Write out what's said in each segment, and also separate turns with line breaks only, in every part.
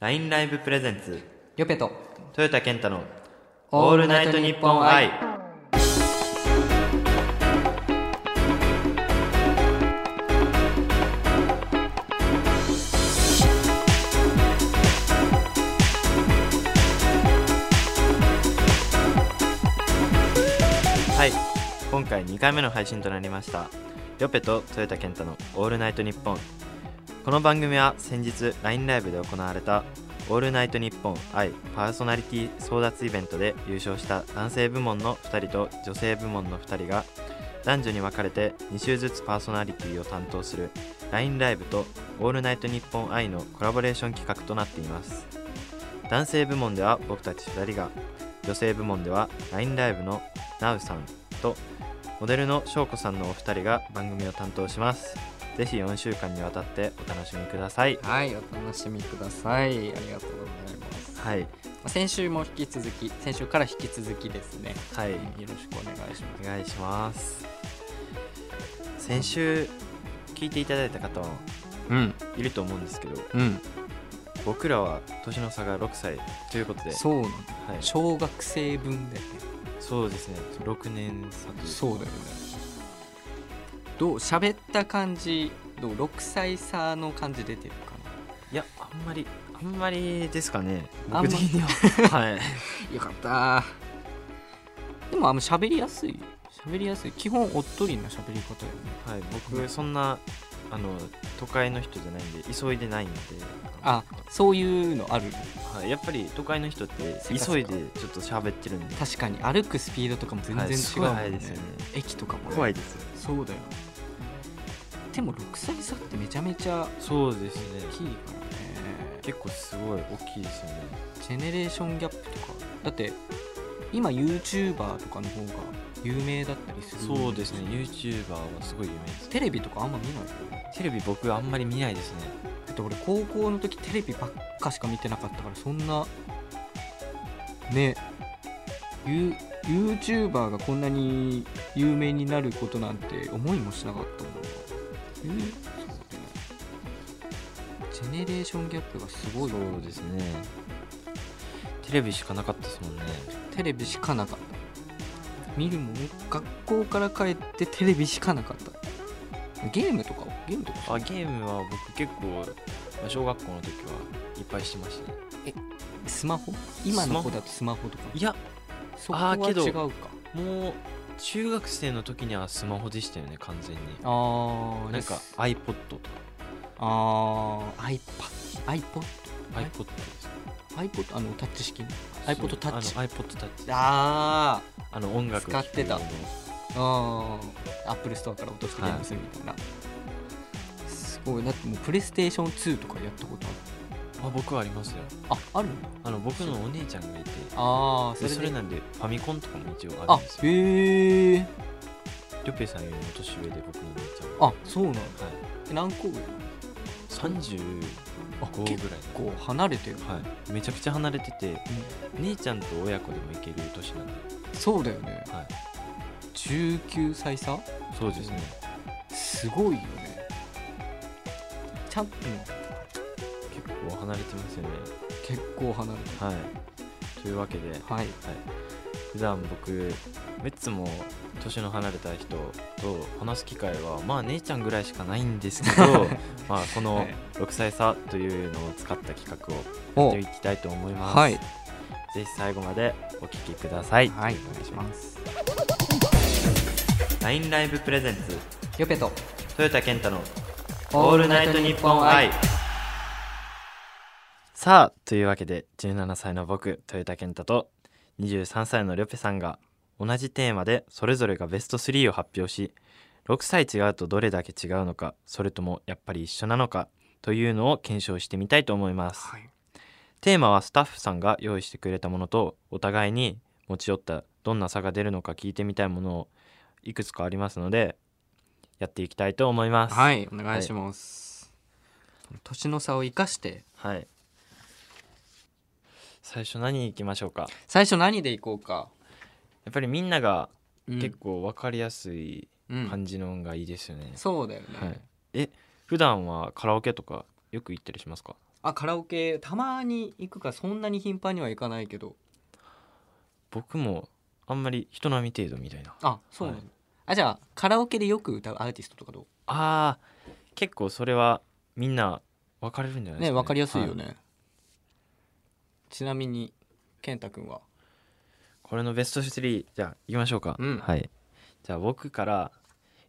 LINE ライブプレゼンツ
ヨペと
豊田健太のオールナイトニッポン愛はい今回2回目の配信となりましたヨペと豊田健太のオールナイトニッポンこの番組は先日 LINE ライブで行われた「オールナイトニッポン愛パーソナリティ争奪イベント」で優勝した男性部門の2人と女性部門の2人が男女に分かれて2週ずつパーソナリティを担当する LINE ライブと「オールナイトニッポン愛のコラボレーション企画となっています男性部門では僕たち2人が女性部門では LINE ライブのなうさんとモデルのしょうこさんのお二人が番組を担当しますぜひ4週間にわたってお楽しみください
はいお楽しみくださいありがとうございます、ま
はい
あ、先週も引き続き先週から引き続きですね
はい
よろしくお願いしま
お願いします先週聞いていただいた方も
すうん
いると思うんですけど
うん
僕らは年の差が6歳ということで、
そうなの
はい、
小学生分だよね
そうですね6年差という
そうだよねどう喋った感じどう6歳差の感じ出てるか
いやあんまりあんまりですかね
あんま
僕的にははい
なよかったでもあんま喋りやすい喋りやすい基本おっとりな喋り方よね
はい、僕そんなあの都会の人じゃないんで急いでないんで
あそういうのある
はい、やっぱり都会の人って
せかせか
急いでちょっと喋ってるんで
確かに歩くスピードとかも全然
はい
違
す
う
ごい
もん
速
ね,、
いですよね
駅とかもね
怖いですよ
そうだよでも6歳差ってめちゃめちゃ
そうですね
大きいからね
結構すごい大きいですよね
ジェネレーションギャップとかだって今 YouTuber とかの方が有名だったりする
そうですね YouTuber はすごい有名です
テレビとかあんま見ないよね
テレビ僕あんまり見ないですね
だって俺高校の時テレビばっかしか見てなかったからそんなねユ YouTuber がこんなに有名になることなんて思いもしなかったもんな、そうねジェネレーションギャップがすごいよ
そうですねテレビしかなかったですもんね
テレビしかなかった見るもん学校から帰ってテレビしかなかったゲームとかはゲームとか
あゲームは僕結構まあ小学校の時はいっぱいしてましたね
スマホ今の
スマ
子
ホ
だとスマホとか
いや
そこは
あーけど
違うか
もう中学生の時にはスマホでしたよね完全に
あ
なんか iPod とか
ああ iPad iPod
iPod ですね
iPod あのタッチ式の iPod タッチ
そうあの iPod タッチ
あ
あの音楽を聴く
使ってた
のを
ーあー Apple ストアから落としてゲームするみたいな、すごいだってもうプレイステーション2とかやったこと
あ僕はありますよ
あるああるんだ
あの僕のお姉ちゃんがいて
ああ
でそれなんでファミコンとかも一応あ
あ
るんですよ
へえ
リョペさんよりも年上で僕のお姉ちゃんは
あそうなんだ
はい
え何個ぐらい
35
あ
ぐらい
結構離れてる、
はいめちゃくちゃ離れてて
う
姉ちゃんと親子でもいける年なんで
んそうだよね
はい
19歳差
そうですね
すごいよねちゃんと
結構離れてますよね
結構離れてる
はいというわけで
はい
普段僕メッツも年の離れた人と話す機会はまあ姉ちゃんぐらいしかないんですけ どまあこ
は
の
い
6歳差というのを使った企画をや
お
っていきたいと思います、
はい
ぜひ最後までお聞きください
はい
お願いします
す
LINE ライブプレゼンツ
ヨペと
豊田健太のオールナイトニッポン愛さあというわけで17歳の僕豊田健太と23歳のリョペさんが同じテーマでそれぞれがベスト3を発表し6歳違うとどれだけ違うのかそれともやっぱり一緒なのかというのを検証してみたいと思います、
はい
テーマはスタッフさんが用意してくれたものとお互いに持ち寄ったどんな差が出るのか聞いてみたいものをいくつかありますのでやっていきたいと思います
はいお願いします、年の差を生かして
はい最初何行きましょうか
最初何でいこうか、
やっぱりみんなが
うん
結構分かりやすい
うん
感じの音がいいですよね、
そうだよね、
はいえ普段はカラオケとかよく行ったりしますか
あカラオケたまに行くかそんなに頻繁には行かないけど
僕もあんまり人並み程度みたいな
あそうなの、
はい
あじゃあカラオケでよく歌うアーティストとかど
あー結構それはみんな分かれるんじゃ
う
ないです
ね
か、ね、
わかりやすいよ
は
ね、ちなみに健太君は
これのベスト3じゃあいきましょうか、
うん
はいじゃあ僕から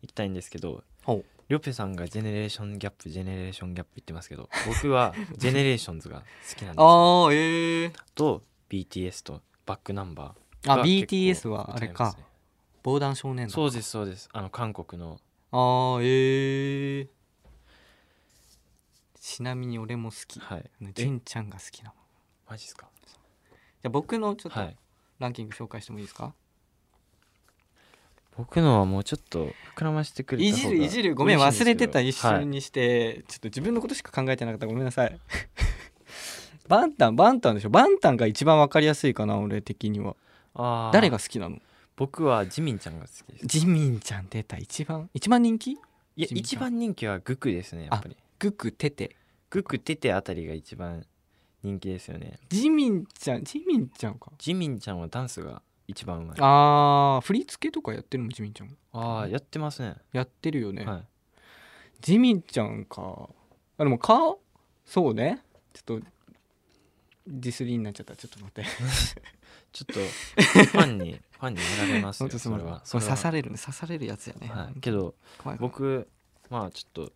いきたいんですけど
ほう
りょぺさんがジェネレーションギャップジェネレーションギャップ言ってますけど 僕はジェネレーションズが好きなんですよ
ああええ
と BTS とバックナンバー
あ
が結構
BTS はあ
歌い
れ
ま
か
すね
防弾少年団
そうですそうですあの韓国の
ああええちなみに俺も好き
はい
じんちゃんが好きなの
マジですか
じゃあ僕のちょっと
はい
ランキング紹介してもいいですか、
僕のはもうちょっと膨らましてくれ
い
た方
じ
が
るいじるごめん忘れてた
嬉
一
しいんですけど
瞬にして、ちょっと自分のことしか考えてなかったごめんなさい バンタンバンタンでしょバンタンが一番わかりやすいかな俺的には
はいあー
誰が好きなの
僕はジミンちゃんが好きです
ジミンちゃん出た一番一番人気
いや
ジミンち
一
ゃん
番人気はグクですねやっぱり
グクテテ
グクテテあたりが一番人気ですよね
ジミンちゃんジミンちゃんか
ジミンちゃんはダンスが一番うまい
あー振り付けとかやってるのジミンちゃん
ああやってますね
やってるよね、
はい
ジミンちゃんかあでも顔そうねちょっとディスリーになっちゃったちょっと待って
ちょ っとファンにファンにやられます
本
よ
当す
そ
ま
れ
んない
は
これ刺さ
れ
れるね刺されるやつやね、
はいけど
怖い怖い
僕まあちょっと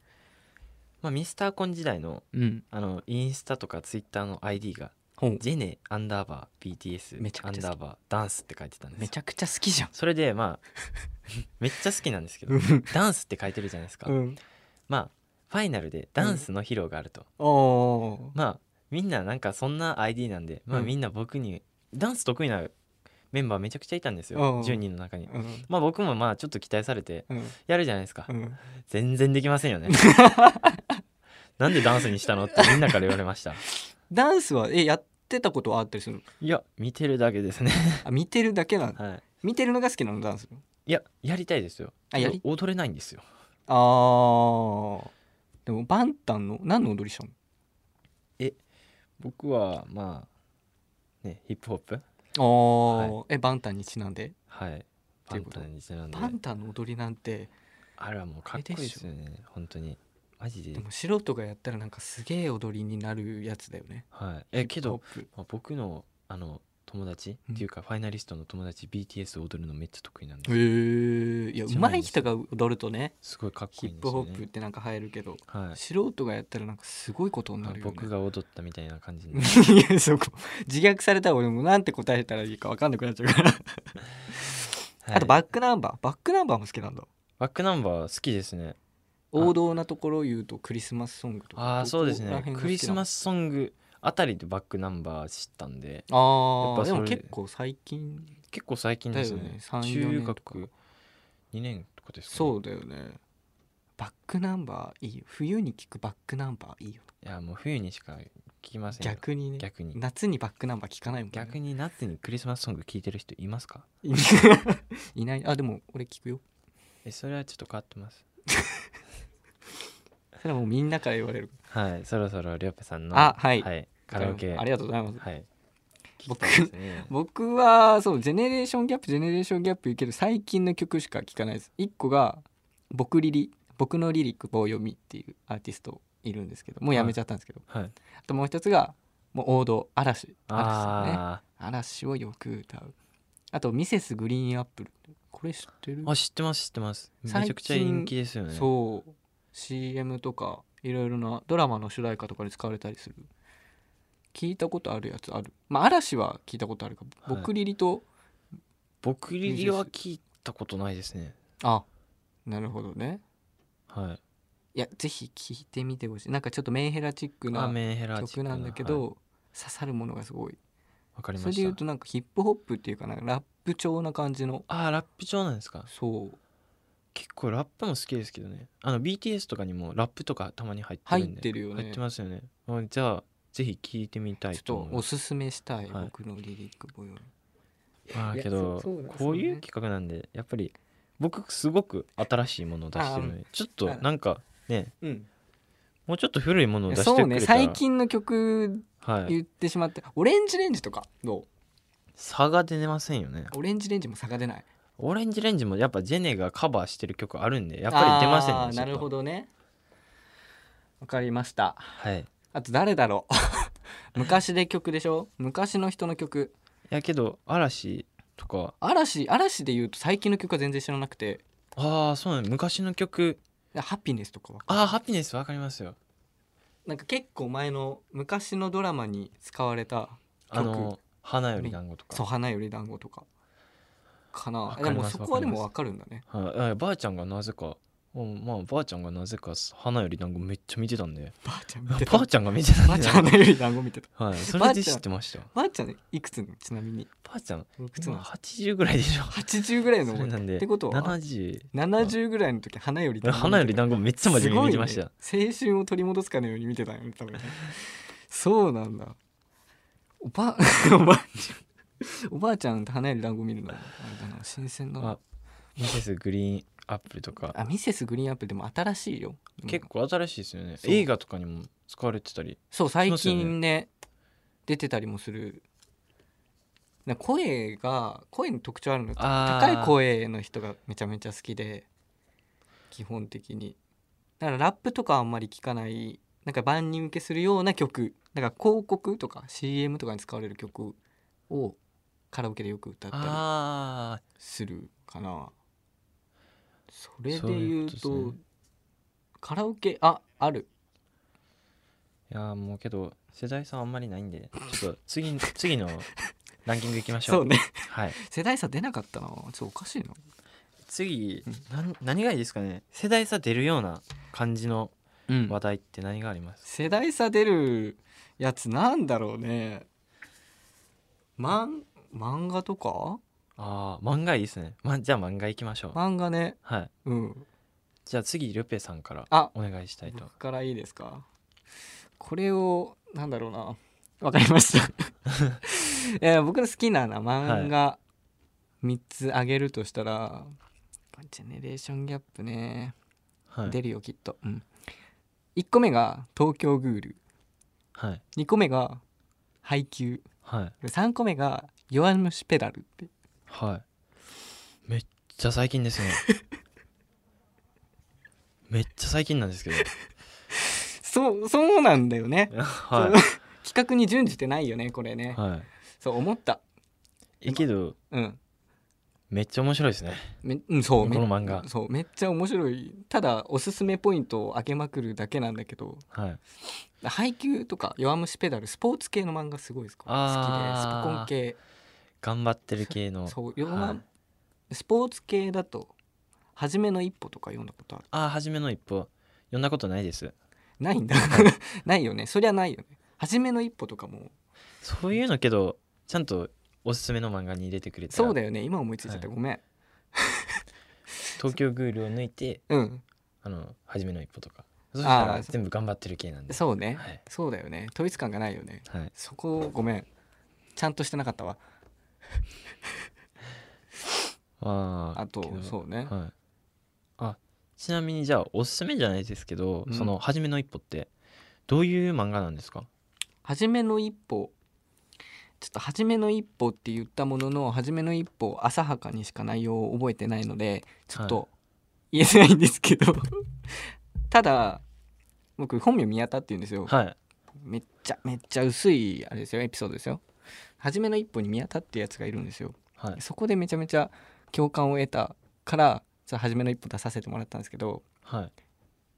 まあミスターコン時代の
うん
あのインスタとかツイッターの ID が
ほう
ジェネアンダーバー BTS
めちゃ
ア
く
ン
ちゃ好き
ダーバーダンスって書いてたんです
め
よ
ちゃくちゃ好きじゃん
それで まあめっちゃ好きなんですけど
うん
ダンスって書いてるじゃないですか、
うん
まあファイナルでダンスの披露があると、
おー
まあみんななんかそんな ID なんで、まあ、
うん
みんな僕にダンス得意なメンバーめちゃくちゃいたんですよ、
うん
10人の中に。
うん
まあ僕もまあちょっと期待されて
うん
やるじゃないですか、
うん
全然できません よねなんでダンスにしたのってみんなから言われました
ダンスはえやってたことはあったりするの
いや見てるだけ ですね、
あ見てるだけなの
は
見てるのが好きなのダンスの
い、いややりたいですよ
あやり
踊れないんですよ
あーでもバンタンの何の踊りした
僕はまあねヒップホップ
のおー、えバンタンにちなんで
はい
て
パ
いう
ン
こと
タにちなんで
バンタンの踊りなんて
あれはもうかっこいいですよね本当にマジ
で
で
も素人がやったらなんかすげえ踊りになるやつだよね
はいえけど、
ヒップ
まあ僕のあの友達、
うん
っていうかファイナリストの友達 BTS 踊るのめっちゃ得意なんです
ホッ
よ
プへえいや上手い人が踊るとね
すごいかっこ
ヒ
いいん
ッ
で
プ
す
ホ
よ
ップっ
ね
てなんか流行るけど
はい
素人がやったらなんかすごいことになるよ、ね、
僕が踊ったみたいな感じに
いや そこ自虐されたら俺もなんて答えたらいいか分かんなくなっちゃうから、あと
はい
バックナンバーバックナンバーも好きなんだ
バックナンバー好きですね
王道なところを言うとクリスマスソングとか
ああそうですねクリスマ
ス
スソングあたりでバックナンバー知ったんで
あ
や
あ
っぱ
で
それ
も結構最近
結構最近ですね
だよね3
中
4年とか
学2年とかですか、ね、
そうだよねバックナンバーいいよ冬に聞くバックナンバーいいよ
いやもう冬にしか聞きませんよ
逆にね
逆に
夏にバックナンバー聞かないもん、ね、
逆に夏にクリスマスソング聞いてる人いますか
にい ないあでも俺聞くよ
えそれはちょっと変わってます
それはもうみんなから言われる
はいそろそろりょうぺさんの
あはい
カラオケ
ありがとうございます
はい
僕
聞きたいですね
僕はそうジェネレーションギャップジェネレーションギャップいける最近の曲しか聴かないです1個が「僕リリ」「僕のリリック棒読み」っていうアーティストいるんですけどもうやめちゃったんですけど、
はい
あともう一つがもう王道嵐嵐だね
あ
嵐をよく歌うあとミセスグリーンアップルこれ知ってる
ーあ知ってます知ってますめ
最近
ちゃくちゃ人気ですよね
そう CM とかいろいろなドラマの主題歌とかに使われたりする聞いたことあるやつあるまあ嵐は聞いたことあるか
はい
僕リリと、
僕リリは聞いたことないですね
あなるほどね
はい
いやぜひ聞いてみてほしいなんかちょっとメンヘラチック
ア
な
メンヘラチック
曲なんだけ
はい
ど、刺さるものがすごい
わかり
そ
ま
れで言
し
う
た
となんかヒップホップっていうかなラップ調な感じの
あーラップ調なんですか
そう
結構ラップも好きですけどねあの BTS とかにもラップとかたまに入ってる
入っ
んで
てるよ
入
ね
ってますよねあじゃあぜひ聞いてみたい
ちょっ
と
と
思い
お
ます
すすめしたい、
はい
僕のリリックボヨ
まあ
いや
けど
そうそうなんです
こ
よね
ういう企画なんでやっぱり僕すごく新しいものを出してるのでちょっと
あうん
なんかね
うん
もうちょっと古いものを出してくれ
そ
た
うね最近の曲
はい
言ってしまって、オレンジレンジとかどう
差が出ませんよね
オレンジレンジも差が出ない
オレンジレンジもやっぱジェネがカバーしてる曲あるんでやっぱり出ませんね
あーなるほ
ど
どねわかりました
はいい
あと誰だろう 昔で曲でしょ昔の人の曲
やけど嵐とか
嵐嵐で言うと最近の曲は全然知らなくて
ああそうなの昔の曲
「ハピネス」とかは
ああハピネスわかりますよ
なんか結構前の昔のドラマに使われた
あの花より団子と
「そう
か
花より団子」とかかな
わかり
で
ま
も
す
そこはでもわかるんだね
はいあばあちゃんがなぜかうんまあばあちゃんがなぜか花より団子めっちゃ見てたんで
ばあちゃん見
ば
てたば
あちゃんが見てた
あ
ん
ち
で
ゃん花より団子見てた
はいそ
ば
れ
あちゃ
で
ん
知ってましたよ
ばあちゃんいくつなのちなみに
ばあちゃん
いくつな
今
の
80ぐらいでしょ
80ぐら い
そ
の
れなんで
ってことは
70
70ぐらいの時花より
花より団子めっちゃ真面目に見てまし
すごい
た
ね青春を取り戻すかのように見てたよね多分ねそうなんだおば おばあちゃんおばあちゃんと花より団子見るのあれだな新鮮だな
あミセスグリーンアップルとか
あミセスグリーンアップルでも新しいよ
結構新しいですよね
そう
映画とかにも使われてたり
そう最
しますよ
近ね出てたりもするな声が声に特徴あるのよ
あ
高い声の人がめちゃめちゃ好きで基本的にだからラップとかはあんまり聞かないなんか万人受けするような曲だから広告とか CM とかに使われる曲をカラオケでよく歌ったり
あ
するかなそれで
そうい
言
う
う
こととですね
カラオケあある
ーいやーもうけど世代差あんまりないんでちょっと次 の次のランキングいきましょう
そうね
はい
世代差出なかったなちょっとおかしいな
次なん何がいいですかね世代差出るような感じの
うん
話題って何があります
世代差出るやつなんだろうねマン漫画とか
ああ漫画いいですね、ま、じゃあ漫画いきましょう
漫画ね
はい
うん
じゃあ次ルペさんから
あ
お願いしたいと
僕からいいですかこれをなんだろうなわかり ました、えー僕の好きなな漫画3つあげるとしたら、ジェネレーションギャップね、
はい
出るよきっと、うん、1個目が「東京グール
はい」
2個目が「配給
はい」
3個目が「弱虫ペダル」って
はい。めっちゃ最近ですね。 めっちゃ最近なんです けど。
そうそうなんだよね
は
そう 企画に準じてないよねこれ
い。
ね、
は
そう思った
い。いいけど、
うん
めっちゃ面白いですね。
めうんそうめ
この漫画
そうめっちゃ面白いただおすすめポイントを上げまくるだけなんだけど
はい。
配給とか弱虫ペダルスポーツ系の漫画すごいです好きでス
あー
ポコン系
頑張ってる系の。
そう弱、
はい
スポーツ系だと「初めの一歩」とか読んだことある
ああ、初めの一歩。読んだことないです。
ないんだ ないよねそりゃないよね初めの一歩とかも
そういうのけど、ちゃんとおすすめの漫画に入れてくれたら
そうだよね今思いついちゃった、
は
ごめん
東京グールを抜いて、
うん
あの、初めの一歩とか。そした
あ
ら
ー
全部頑張ってる系なんで。
そうね、
はい
そうだよね統一感がないよね
はい。
そこごめんちゃんとしてなかったわ
あー
あと
けど
そうね
はい、あちなみにじゃあおすすめじゃないですけど、
うん
その初めの一歩ってどういう漫画なんですか
初めの一歩ちょっと初めの一歩って言ったものの初めの一歩浅はかにしか内容を覚えてないのでちょっと言えてないんですけど、 ただ僕本名宮田って言うんですよ、
はい
めっちゃめっちゃ薄いあれですよエピソードですよ初めの一歩に宮田ってやつがいるんですよ
はい
そこでめちゃめちゃ共感を得たからちょっと初めの一歩出させてもらったんですけど
はい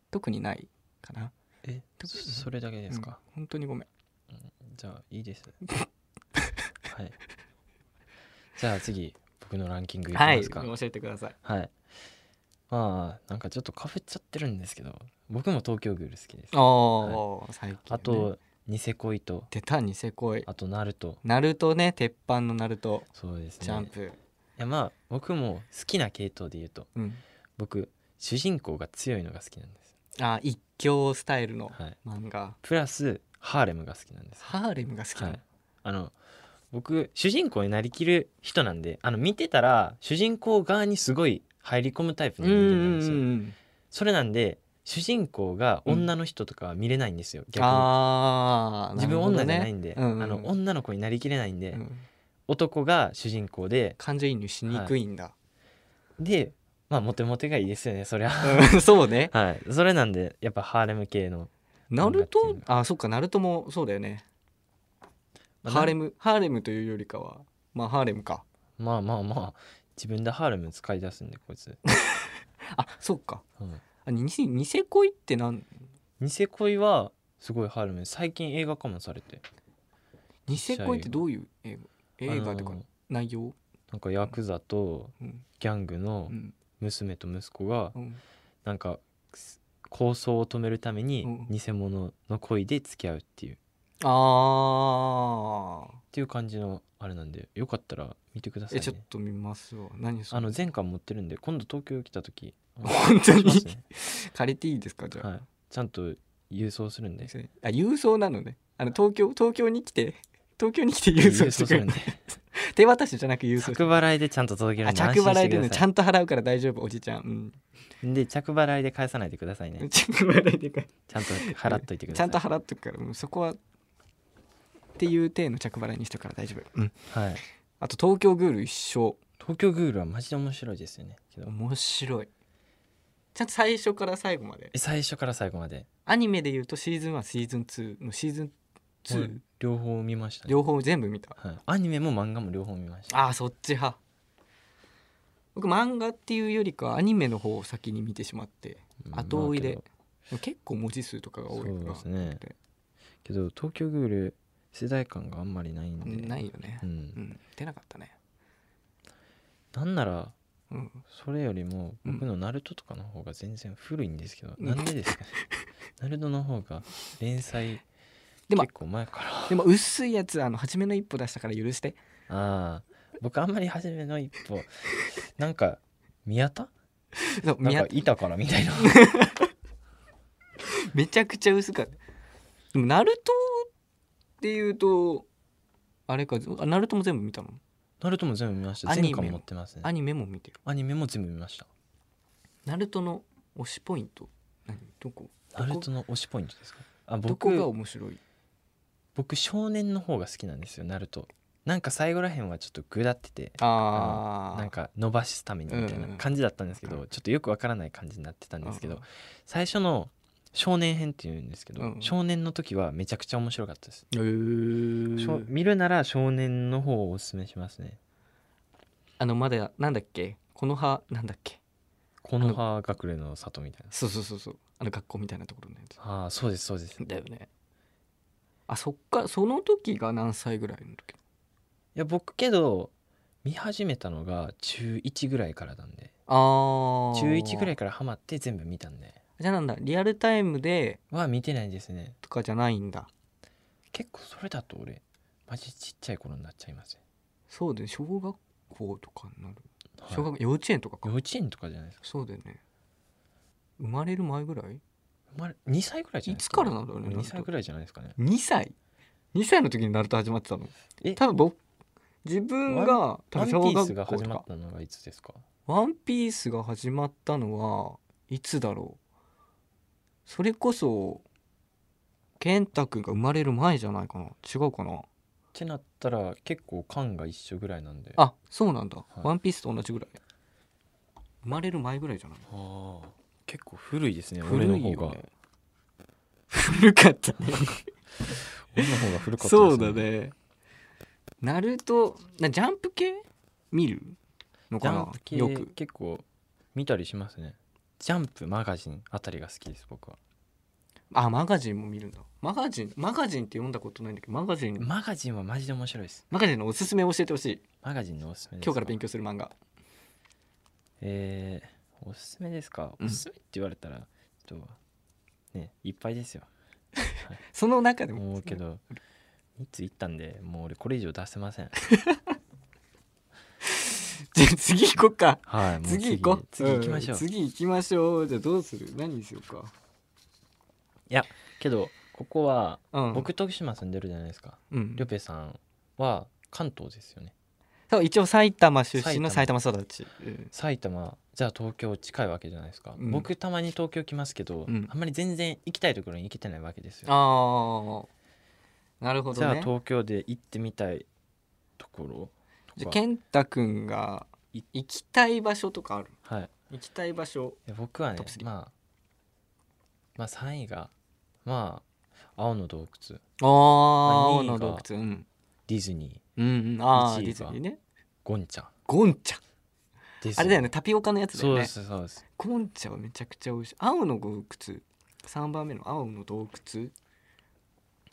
特にないかな
え
特
そ
に
それだけですか、
うん本当にごめん
じゃあいい ですはいじゃあ次僕のランキングいき
は
ま
い
すか
教えてください
はい、まあなんかちょっとかぶっちゃってるんですけど僕も東京グール好きです
ああ、最近、ね、
あとニセ恋と
出たニセ恋
あとナルト
ナルトね鉄板のナルト
そうですね
ジャン
い
プ、
やまあ僕も好きな系統で言うと
うん
僕主人公が強いのが好きなんです、
あ一強スタイルの
はい、
漫画
プラスハーレムが好きなんです、
ハーレムが好きな
は
の、
い、あの僕主人公になりきる人なんであの見てたら主人公側にすごい入り込むタイプの
うんう
人間なんで
んう
すよ
ん
それなんで主人公が女の人とかは見れないんですよ、逆に
ああ
自分女じゃないんで、あの
の
女の子になりきれないんで、男が主人公で
感情移入しにくいんだ、
でまあモテモテがいいですよねそりゃ
うん そうね
はいそれなんでやっぱハーレム系の、
ナ
音
ル
楽
ト
っていう
あそっかナルトもそうだよね
まあ
ハーレムハーレムというよりかはまあハーレムか
まあまあまあ自分でハーレム使い出すんでこいつ、
あそっか
うん
あに偽偽恋ってなん
ニセ恋はすごいハーレム最近映画化もされて
ニセ恋ってどういう映画映画とか
あの
内容、
なんかヤクザと
うん
ギャングの
うん
娘と息子が
うん、
なんか抗争を止めるため
う
に
ん
偽物の恋で付き合うっていうっ
ああ
ていう感じのあれなんでよかったら見てください
え
ね
ちょっと見ますわ何それ
あの前回持ってるんで今度東京来た時あの
本当に
しますね
借りていいですかじゃあ、
はいちゃんと郵送するんで
あ郵送なのねあの東京東京に来て 東京に来て郵送して
す
くれ
るん
る
で
手渡しじゃなく郵送して
着払いでちゃんと届ける
あ
んで安
着
心
払
して
いで
く
ね
だ
ち
さ
ゃんと払うから大丈夫おじちゃん、
いで着払いで返さないでください
うん、
ね
着払いでかい
ちゃんと払っといてくだ
ち
さ
ゃ
い
んと払っとくからもうそこはっていう体の着払いにしたから大丈夫、うん、
はい
あと東京グール一生
東京グールはマジで面白いですよねけど
面白いちゃんと最初から最後まで
え最初から最後まで
アニメで言うとシーズン1シーズン2のシーズン2、
もう両方見ましたね
両方全部見た
はいアニメも漫画も両方見ました
ああそっち派僕漫画っていうよりかはアニメの方を先に見てしまって
うん
後追いで
まあ
結構文字数とかが多いから
そうですねけどけど東京グール世代感があんまりないんで
ないよね
う
うんん出なかったね
なんなら
うん
それよりも
うん
僕のナルトとかの方が全然古いんですけど、
うん
なんでですか ねナルトの方が連載
でも
結構前から
でも薄いやつあの初めの一歩出したから許して
ああ僕あんまり初めの一歩 なんか宮田
そう
なん
宮
かいたからみた いな
めちゃくちゃ薄かったでもナルトっていうとあれかあナルトも全部見たの
ナルトも全部見ました
アニメ
全
も
巻持ってますね
アニメも見てる
アニメも全部見ました
ナルトの推しポイント何どこ
ナルトの推しポイントですかあ
どこが
僕
面白い
僕少年の方が好きなんですよナルトなんか最後らへんはちょっとグだってて
あ
なんか伸ばすためにみたいな
うんうん
感じだったんですけど、
うん
ちょっとよくわからない感じになってたんですけど、
うんうん
最初の少年編っていうんですけど、
うんうん
少年の時はめちゃくちゃ面白かったです、
へ
し
ー
ょ見るなら少年の方をおすすめしますね
あのまだなんだっけこの葉なんだっけ
この葉隠れの里みたいな
そうそうそうそうあの学校みたいなところのやつ
ああそうですそうですい
だよねあそっかその時が何歳ぐらいの時
や僕けど見始めたのが中1ぐらいからなんで
あー
中1ぐらいからハマって全部見たんで
じゃあなんだリアルタイムで
は見てないですね
とかじゃないんだ
結構それだと俺マジちっちゃい頃になっちゃいますね、
そうだよね小学校とかになる
はい
小学幼稚園とかか
幼稚園とかじゃないですか
そうだよね生まれる前ぐらい
生まれ2歳ぐらいじゃないいで
つ
すか
からなんだろうね
2歳ぐらいじゃないですかね
2歳2歳の時にナルト始まってたの
え
多分僕自分が多
ワン
分
ピ
小
ース
学
が
校
始
と
ま
か
ったのがいつですか
ワンピースが始まったのはいつだろうそれこそ健太くんが生まれる前じゃないかな違うかな
ってなったら結構缶が一緒ぐらいなんであ
あそうなんだ、
い
ワンピースと同じぐらい生まれる前ぐらいじゃない
あ結構古いですね
古い
俺の
よ
方が
ね古かったね
俺の方が古かったです
そうだねナルトなジャンプ系見るの
ジ
か
ャ
な
ンプ系
よく
結構見たりしますねジャンプマガジンあたりが好きです僕は
あマガジンも見るんだマガジンマガジンって読んだことないんだけどマガジン
マガジンはマジで面白いです
マガジンのおすすめ教えてほしい
マガジンのおすすめです
今日から勉
強
強する漫画
えー、おすすめですか
うん
おすすめって言われたら、ちょっとねいっぱいですよ
その中でも
思うけどいつ行ったんでもう俺これ以上出せませ ん
じゃあ次行こっか
はいもう
次行こう
次行きましょう、
ん次行きましょうじゃあどうする何にしようか
けどここは
うん
僕徳島住んでるじゃないですか、
うん
りょぺさんは関東ですよね
そう一応埼玉出身の
埼
埼玉育ち、うん
埼玉じゃあ東京近いわけじゃないですか、
うん
僕たまに東京来ますけど、
うん
あんまり全然行きたいところに行けてないわけですよ
ああなるほ
じ
ど
ゃあ
ね
東京で行ってみたいところ
じ
と
ゃあ
か
健太くんがい行きたい場所とかある
はいい
行きたい場所
や僕はね
トップスリー
まあまあ3位がまあ青の洞窟
あ青
いい
の
が
洞窟うん
ディズニー
うんうんあ
一
あ
位
デ
が
ィズニーね
ゴンちゃん
ゴンチャ
ディズニー
あれだよねタピオカのやつだ
そう
よ
で
ね
すそうです
ゴンチャはめちゃくちゃ美味しい青の洞窟3番目の青の洞窟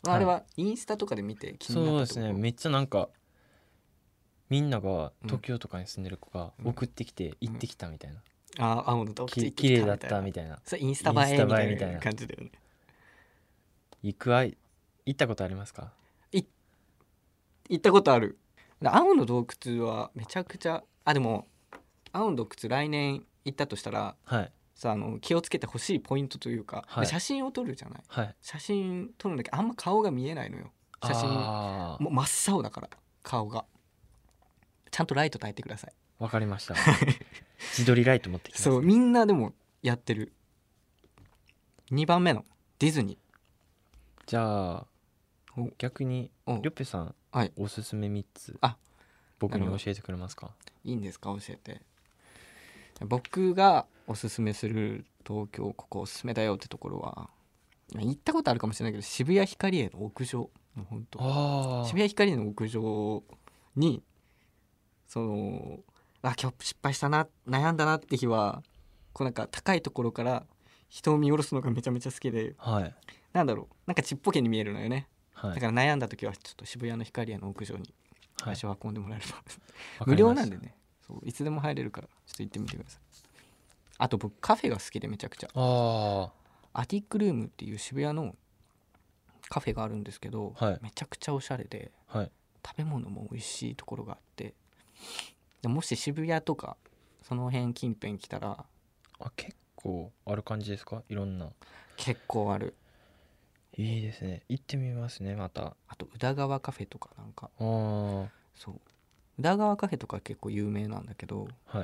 まああれはインスタとかで見て気に
そう
な
で
った
す
とこ
ねめっちゃなんかみんなが
うん
東京とかに住んでる子が
うん
送ってきて行ってきたみたいな、
あー青の洞窟行
き
て
綺
き
麗だっ
みい
た
な
みたいな
それインスタ映えみた
インスタ映えみた
い
い
な
な
感じだよね
行くあい行ったことありますか
行ったことあるで青の洞窟はめちゃくちゃあでも青の洞窟来年行ったとしたら
はい
さあの気をつけてほしいポイントというか、
はい
で写真を撮るじゃない
はい
写真撮るんだけどあんま顔が見えないのよ写真
真
もう真っ青だから顔がちゃんとライト焚いてください
わかり ました自撮りライト持ってきます
そうみんなでもやってる2番目のディズニ
じゃあ
お
逆に
ーお
りょっぺさん、
はい
おすすめ3つ
あ
僕
な
に
るほど
教えてくれますか
いいんですか教えて僕がおすすめする東京ここおすすめだよってところは行ったことあるかもしれないけど渋谷ヒカリエの屋上もう本当
あ
渋谷ヒカリエの屋上にそのあ今日失敗したな悩んだなって日はこうなんか高いところから人を見下ろすのがめちゃめちゃ好きで
はい
なんだろうなんかちっぽけに見えるのよね
は
だ
い
から悩んだ時はちょっと渋谷のヒカリエの屋上に
はい
足を運んでもらえれば、
わかりました
無料なんでねそういつでも入れるからちょっと行ってみてくださいあと僕カフェが好きでめちゃくちゃ
あ
アティックルームっていう渋谷のカフェがあるんですけど、
はい
めちゃくちゃおしゃれで
あはい
食べ物も美味しいところがあってでもし渋谷とかその辺近辺来たら
あ結構ある感じですかいろんな
結構ある
いいですね行ってみますねまた
あと宇田川カフェとかなんか
ああは
そう宇田川カフェとか結構有名なんだけど
い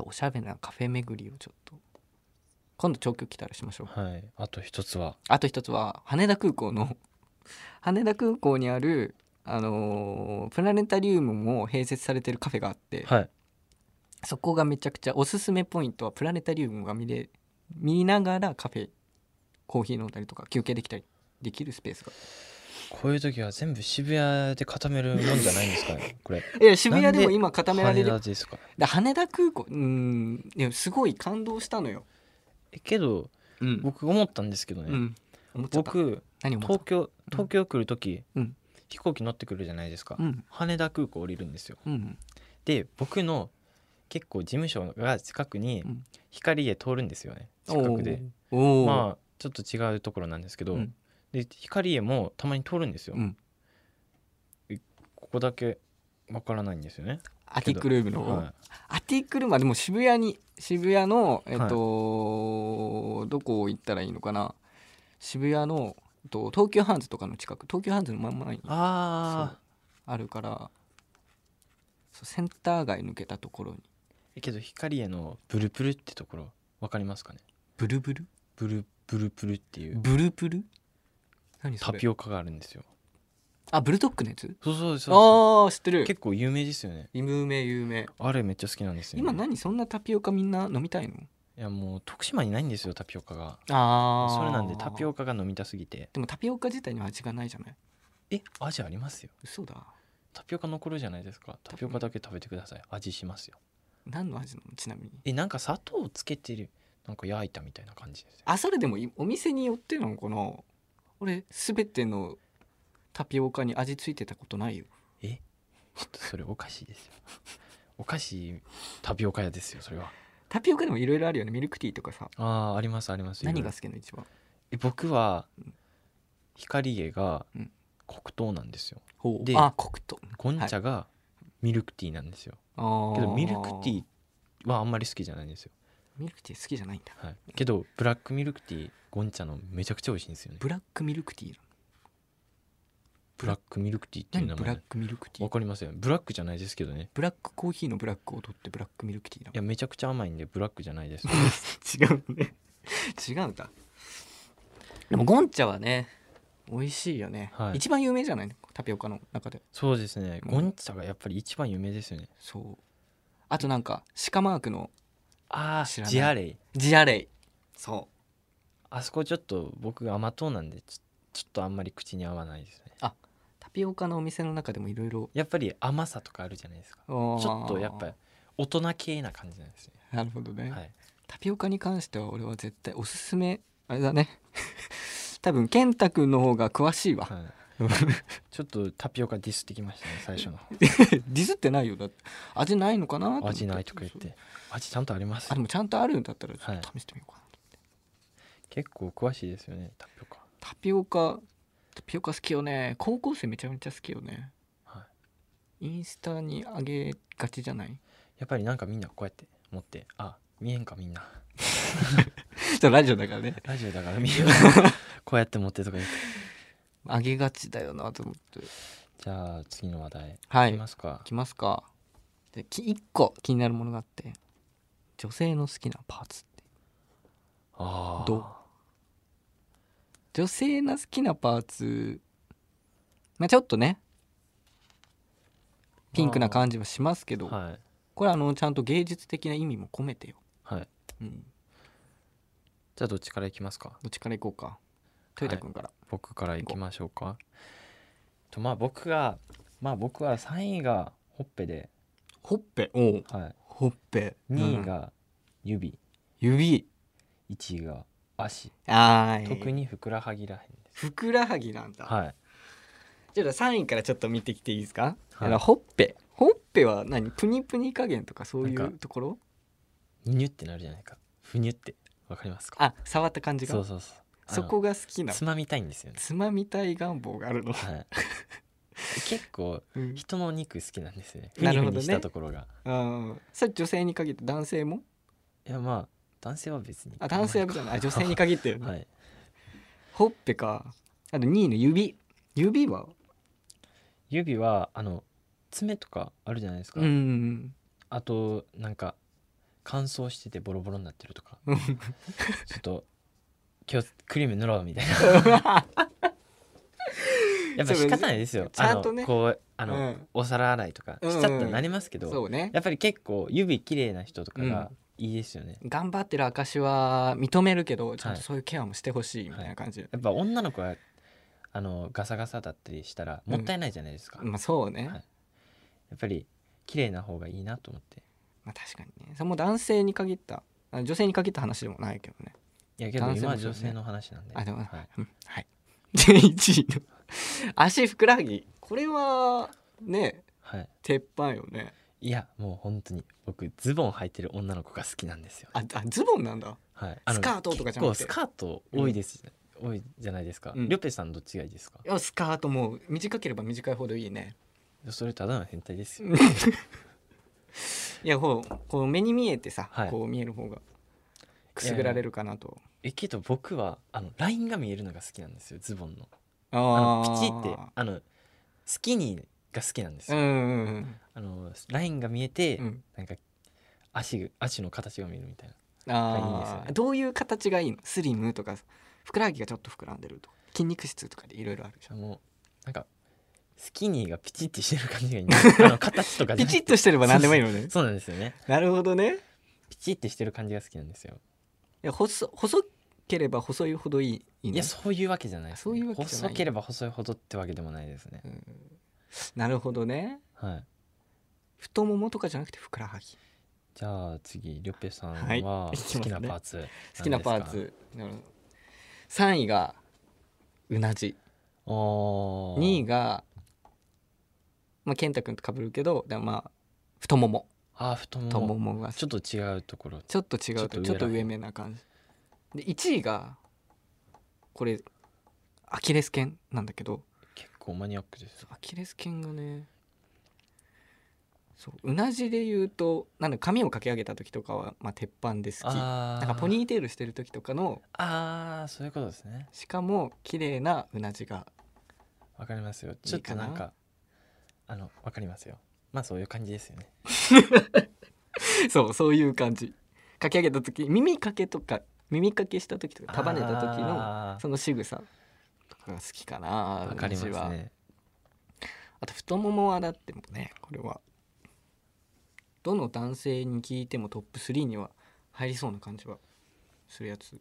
おしゃれなカフェ巡りをちょっと今度長距離来たらしましょう
はいあと一つは
あと一つは羽田空港の羽田空港にある、あのープラネタリウムも併設されてるカフェがあって、
はい
そこがめちゃくちゃおすすめポイントはプラネタリウムが見れ見ながらカフェコーヒー飲んだりとか休憩できたりできるスペースが
こういう時は全部渋谷で固めるもんじゃないんですか ねこれ
いや渋谷
なん
で
で
も今固められる
羽田ですか
で羽田空港うーんいやすごい感動したのよ、
えけど
うん
僕思ったんですけどね、
うん、思っちゃった
僕
何思っちゃっ
東京東京来る時、
うん
飛行機乗ってくるじゃないですか、
たうん
羽田空港降りるんですよ
うん
で僕の結構事務所が近くに
うん
光家通るんですよね近くで
おーおー
まあちょっと違うところなんですけど、
うん
で光家もたまに通るんですよ、
うん
えここだけわからないんですよね、
アティックルームの、
は
アティックルームはでも渋谷に渋谷のえっと、どこ行ったらいいのかな渋谷のえっと東急ハンズとかの近く東急ハンズの真ん前に
い、あ
ああるからそうセンター街抜けたところに
えけど光家のブルブルってところわかりますかね
ブルブル
ブルブルブルっていう
ブルブル何そ
タ
れ
ピオカがあるんですよ
あブルドックのやつ
そうそうですそう
ああ知って
で
る
す結構有名ですよね
有名有名
あれめっちゃ好きなんですよ、ね、
今何そんなタピオカみんな飲みたいの
いやもう徳島にないんですよタピオカが
あ
それなんでタピ
オカ
オカが飲みたすぎて
でもタピオカ自体には味がないじゃない
え味ありますよ
嘘だ
タピオカ残るじゃないですかタピオカだけ食べてください味しますよ
何の味なのちなみに
えなんか砂糖をつけてるなんか焼いたみたいな感じですよ
あそれでもいお店によってなのかな俺全てのタピオカに味付いてたことないよ
えちょっとそれおかしいですよおかしいタピオカ屋ですよそれは
タピオカでもいろいろあるよねミルクティーとかさ
あーありますあります
何
いろ
が
いろ
好きなの一番
え僕は
うん
光家が
うん
黒糖なんですよ
ほ
う
であ黒糖
ゴン茶がミルクティーなんですよ、け
け
どミルクティ
ー
ーはあんまり好きじゃないんですよ、
ミルクティー好きじゃないんだ
はい、けどブラックミルクティーゴン茶のめちゃくちゃ美味しいんですよね
ブラックミルクティーなの
ブラックミルクティーっていう名
何ブラッ
前
クミルクティ
わ
ー
かりませんブラックじゃないですけどね
ブラックコーヒーのブラックを取ってブラックミルクティーだ
いやめちゃくちゃ甘いんでブラックじゃないです
違うね違うんだでもゴンチャはね美味しいよね、
はい
一番有名じゃないタピオカの中で
そうですね
うん
ゴンチャがやっぱり一番有名ですよね
そうあとなんか鹿マークの
あ
知らない
ジアレイ
ジアレイそう
あそこちょっと僕甘党なんでちょちょっとあんまり口に合わないですね
タピオカのお店の中でもいろいろ
やっぱり甘さとかあるじゃないですか
ちょ
ちょっとやっぱ大人系な感じなんですね
なるほどね、
はい
タピオカに関しては俺は絶対おすすめあれだね 多分健太くんの方が詳しいわ、
はいちょっとタピオカディスってきましたね最初の
ディスってないよだって味ないのかなと思って
味ないとか言って味ちゃんとあります
あでもちゃんとあるんだったらちょ
はい
っと試してみようかな、
結構詳しいですよねタピオカ
タピオカタピオカ好きよね高校生めちゃめちゃ好きよね
はい
インスタにあげがちじゃない
やっぱりなんかみんなこうやって持ってあ見えんかみんな
ちょっとラジオだからね
ラジオだから見 えんこうやって持ってとか言って
あげがちだよなと思って
じゃあ次の話題
はい
き
い
ますか、
きますかでき1個気になるものがあって女性の好きなパーツって
ああ
どう女性の好きなパーツまあちょっとねピンクな感じはしますけど
はい
これあのちゃんと芸術的な意味も込めてよ、
はい
うん、
じゃあどっちからいきますか
どっちからいこうか豊田君から、
僕からいきましょうかとまあ僕がまあ僕は3位がほっぺで、
ほっぺおう
は
ほっぺ
い、2位、が指、
うん指
1位が足
あー
特にふくらはぎらへんです、
ふくらはぎなんだ、
はい
ちょっと3位からちょっと見てきていいですか、
はい
あのほっぺほっぺは何プニプニ加減とかそうい
な
うん
か
ところ
ふにゅってなるじゃないかふにゅってわかりますか
あ触った感じが
そうそうそうあの
そこが好きな
つまみたいんですよね、
つまみたい願望があるの、
はい、結構
うん、
人のお肉好きなんですねふ
な
に
る
ふ
ほどね
にしたところが、
あーそれ女性に限って男性も
いやまあ男性は別に
あ男性はじゃないあ女性に限ってよね、
はい
ほっぺかあと2位の指指は
指はあの爪とかあるじゃないですか、
うん
あとなんか乾燥しててボロボロになってるとかちょっと今日クリーム塗ろうみたいなやっぱ仕方ないですよ
ちゃんとね
あのこうあ
う
の、
ん
お皿洗いとかしちゃったらなりますけど、
そうね
やっぱり結構指綺麗な人とかがいいですよね、
頑張ってる証は認めるけどちゃん
は
と
い
そういうケアもしてほしいみたいな感じ、
やっぱ女の子はあのガサガサだったりしたらもったいないじゃないですか、や
まあそうね、
はいっぱり綺麗な方がいいなと思って
まあ確かにねそれも男性に限ったあ女性に限った話でもないけどね
いやけど
男性
今
も
は
そう
女
ですね
性の話なんで
あでも
はい、
うんはいで1位の足ふくらはぎこれはね
はい、
鉄板よね
いやもう本当に僕ズボン履いてる女の子が好きなんですよ、
ああズボンなんだ
はい、
スカートとかじゃなくて
結構スカート多いです、多いじゃないですか、
うん
りょぺさんどっちがいいですか
いやスカートも短ければ短いほどいいね
それただの変態ですよ、
いやほうこう目に見えてさ、
はい
こう見える方がくすぐられるかなと
えけど僕はあのラインが見えるのが好きなんですよズボンのあ
あ
のピチ
ー
ってあのスキニーが好きなんです
う
よ、
んうんうん
あのラインが見えて、
うん
なんか足足の形が見えるみたいな
あ
いい
ー
ですよね
どういう形がいいのスリムとかふくらはぎがちょっと膨らんでるとか筋肉質とかでいろいろあるじゃん
もうなんかスキニーがピチってしてる感じ がいいんですよあの形とかじゃな
ピ
く
チ
て
ッとしてれば何でもいいのね
そうなんですよね
なるほどねい
ピチってしてる感じが好きなんですよ
や細細ければ細いほどいいいい
い
ね
やそういうわけじゃないですね
そういうわけじゃない
細ければ細いほどってわけでもないですね
うんなるほどね
はい
太ももとかじゃなくてふくらはぎ
じゃあ次りょぺさん
はい
は好
いきますね
きなパーツ、なんですか
好きなパーツ3位がうなじ
おー
2位がまあ健太君とかぶるけどでもまあ太もも
あー太
太
も
も
も
もが
ちょっと違うところ
ちょっと違うと
ちょっと上だ
ちょっと上目な感じで1位がこれアキレス腱なんだけど
結構マニアックです
アキレス腱がねそううなじで言うとなんだ髪をかき上げた時とかは、まあ、鉄板で好きな
あー
んかポニーテールしてる時とかの
あーそういうことですね
しかも綺麗なうなじが
わかりますよちょっとなんかあのわかりますよまあそういう感じですよね
そうそういう感じかき上げた時耳かけとか耳かけした時とか束ねた時の
あー
その仕草とかが好きかな
わかります
私は
ね
あと太ももはだってもねこれはどの男性に聞いてもトップ3には入りそうな感じはするやつ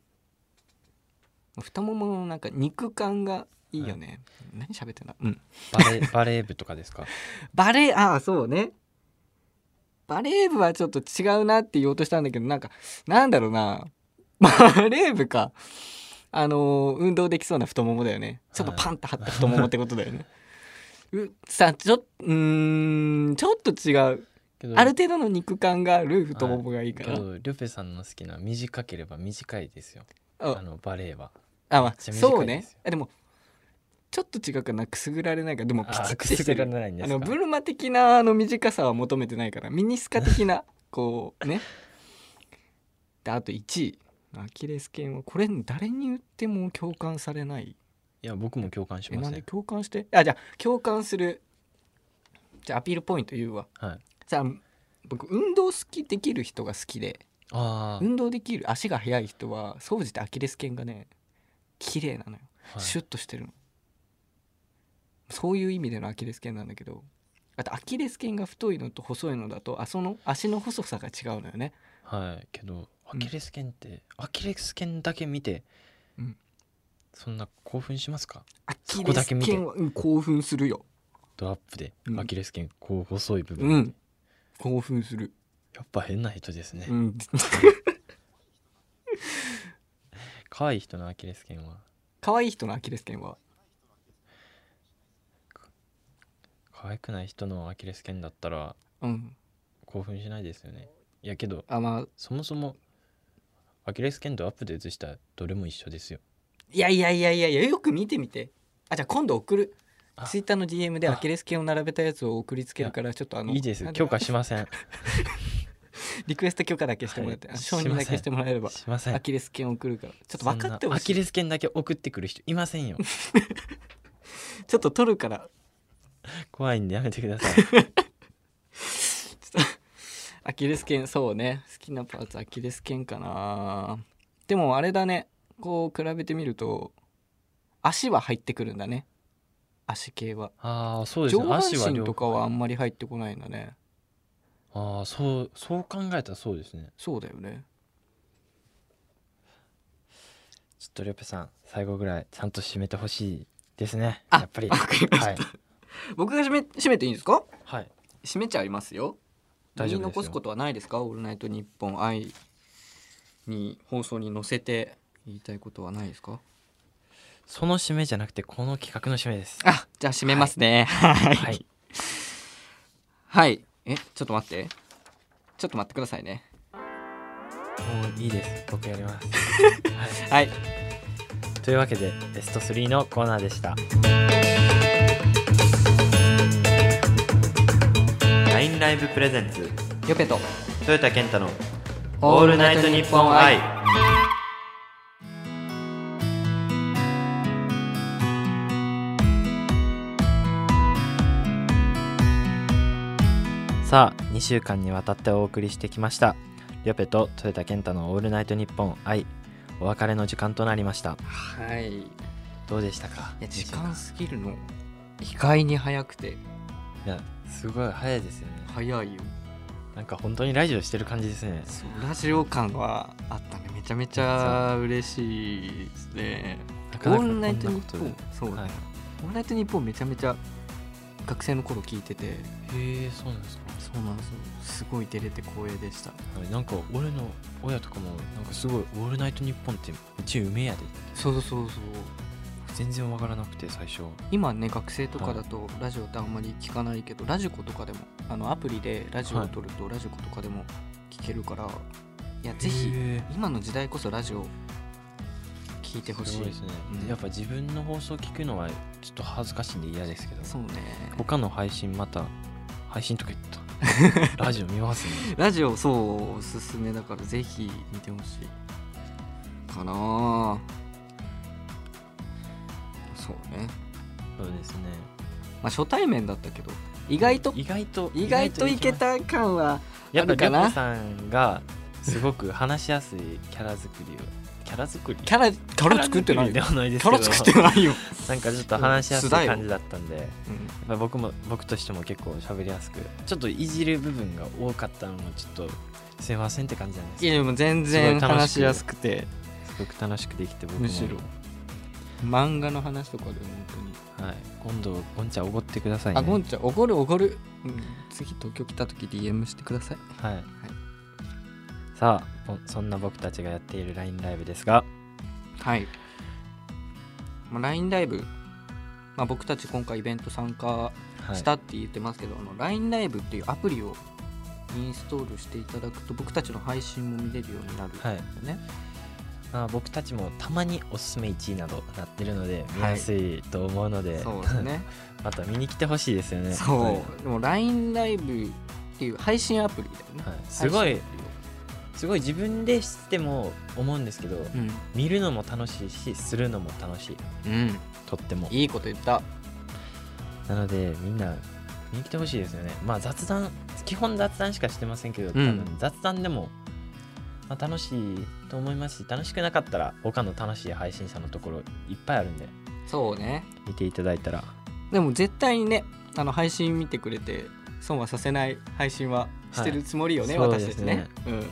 太もものなんか肉感がいいよね、何喋ってんだ、うん、
バレ ーバレー部とかですか
バレーああそうねバレー部はちょっと違うなって言おうとしたんだけどなんかなんだろうな バレー部かあのー運動できそうな太ももだよねちょっとパンって張った太ももってことだ よね、うさちょうーんちょっと違う
けど
ある程度の肉感がある太ももがいいか
け
な、
どリョペさんの好きな短ければ短いですよあ
あ
のバレーは
あ、まあ
めっ、ちゃ短いですよ
そうねあでもちょっと違うかなくすぐられないからでもピ
あ
チ
ー
ピ
く
チ
す
して
ぐら
る
ないんで
あ
すか
のブルマ的なあの短さは求めてないからミニスカ的 なこうねであと1位アキレス腱はこれ誰に言っても共感されない
いや僕も共感し
え
ま
な
せ
んで
ん
共感してあじゃあ共感するじゃあアピールポイント言うわ
はい
じゃあ僕運動好きできる人が好きで
ああ、
運動できる足が速い人は総じてアキレス腱がね綺麗なのよ
はい
シュッとしてるのそういう意味でのアキレス腱なんだけどあとアキレス腱が太いのと細いのだとあその足の細さが違うのよね
はいけどア
うん
キレス腱って、アキレス腱だけ見て、
うん
そんな興奮しますか
アキ
そ
レ
こだ
ス
け見て
腱は、うん、興奮するよ
ドアップで
うん
アキレス腱こう細い部分、
うん興奮する、
やっぱ変な人ですね、
うん、
可愛い人のアキレス腱は
可愛い人のアキレス腱は
可愛くない人のアキレス腱だったら
うん
興奮しないですよねいやけど
あまあ
そもそもアキレス腱ドアップで写したらどれも一緒ですよ
いやいやいやいやいやよく見てみてあじゃあ今度送る
あ
ツイッターの DM でアキレス腱を並べたやつを送りつけるからちょっとあの
いいです
なんだ
許可しま せん
リクエスト許可だけしてもらって、
はい
あ承認だけしてもらえれば
しません
アキレス腱送るからちょっと分かって
そんな
ほ
ア
し
キ
い
レス腱だけ送ってくる人いません よ
ちょっと取るから
怖いんでやめてくださ い
アキレス腱そうね好きなパーツアキレス腱かなでもあれだねこう比べてみると足は入ってくるんだね足系は、
ああそうです
上
ね
半
足は
身
両
と
方
かはあんまり入ってこないんだね
ああそうそう考えたらそうですね
そうだよね
ちょっとリョペさん最後ぐらいちゃんと締めてほしいですね
あ
やっぱり
わかりました
はい、
僕が締め締めていいんですか
はい、
締めちゃいますよ
大丈夫ですよ
言い残すことはないですか「オールナイトニッポン愛」に放送に載せて言いたいことはないですか
その締めじゃなくてこの企画の締めです
あじゃあ締めますねはい
は
はいい、はい、えちょっと待ってちょっと待ってくださいね
もういいです僕やります、は
はい
い、というわけでベスト3のコーナーでした LINE ライブプレゼンツ
よペと
豊田健太のオールナイトニッポン愛さあ2週間にわたってお送りしてきましたリョペと豊田健太のオールナイトニッポン愛お別れの時間となりました
はいい
どうでしたか
や時間過ぎるの意外に早くて
いやすごい早いですよね
早いよ
なんか本当にラジオしてる感じですね
そうラジオ感はあったねめちゃめちゃ嬉しいですね
なか
オ
なかこ
ール
ん
ナ
な
イト
こ
ニッ
と
ポンそう、
はい
オールナイトニッポンめちゃめちゃ学生の頃聞いてて
へえそうなんですか
そうなんですよすごい出れて光栄でした
はいなんか俺の親とかもなんかすごい「オールナイトニッポン」ってうちうめえやで
そうそうそうそう
全然わからなくて最初
今ね学生とかだとラジオってあんまり聞かないけど、ラジコとかでもあのアプリでラジオを撮るとラジコとかでも聞けるから、い、やぜひ
へえ
今の時代こそラジオ聞いてほし
す
い
ごですね、
うん
やっぱ自分の放送聞くのはちょっと恥ずかしいんで嫌ですけど
そうね
他の配信また配信とか言った ラジオ見ますね
ラジオそうおすすめだからぜひ見てほしいかなあそうね
そうですね
まあ、初対面だったけど意外と
意外と
意外といけ
意外
た感は
といけましたやっぱ
あるか
り
な
ょさんがすごく話しやすいキャラ作りをキャラ作り
キャラキャラ作ってない
キャ
よ
ラ作りではないで
キ
すけ
ャ
ど
ラ作ってないよ、
なんかちょっと話しやすい
素だよ
感じだったんで、まあ、僕も僕としても結構喋りやすくちょっといじる部分が多かったのもちょっとすいませんって感じじゃない
い
で
やでも全然話しやすくて
すかすごく楽しくできて僕も
むしろ漫画の話とかで本当に
はい、今度ゴンちゃんおごってくださいね
あゴンちゃん怒る怒る、うん、次東京来た時 DM してください
はい、さあぼそんな僕たちがやっている LINE ライブですが
はい、まあ、LINE ライブ、まあ、僕たち今回イベント参加
はい
したって言ってますけど、あの LINE ライブっていうアプリをインストールしていただくと僕たちの配信も見れるようになるんですよね、
まあ、僕たちもたまにおすすめ1位などなってるので見やすいと思うので、
そうですね
また見に来てほしいですよね
そうでも LINE ライブっていう配信アプリだよね、
はいすごい
配信
すごい自分で知っても思うんですけど、
アプリを
見るのも楽しいしするのも楽しい
うん、うん、
とっても
いいこと言った
なのでみんな見に来てほしいですよねまあ雑談基本雑談しかしてませんけど、多
ん
分雑談でも、まあ、楽しいと思いますし楽しくなかったら他の楽しい配信者のところいっぱいあるんで
そうね
見ていただいたら
でも絶対にねあの配信見てくれて損はさせない配信はしてるつもりよね、
はい
私たちね。うん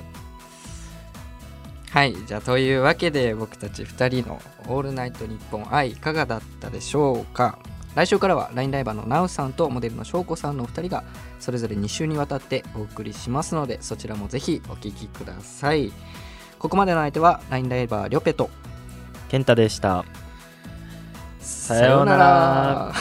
はいじゃあというわけで僕たち2人の「オールナイトニッポン愛」いかがだったでしょうか来週からは LINE ライバーのナウさんとモデルの翔子さんのお二人がそれぞれ2週にわたってお送りしますのでそちらもぜひお聞きくださいここまでの相手は LINE ライバーリョペと
健太でした
さ
ようなら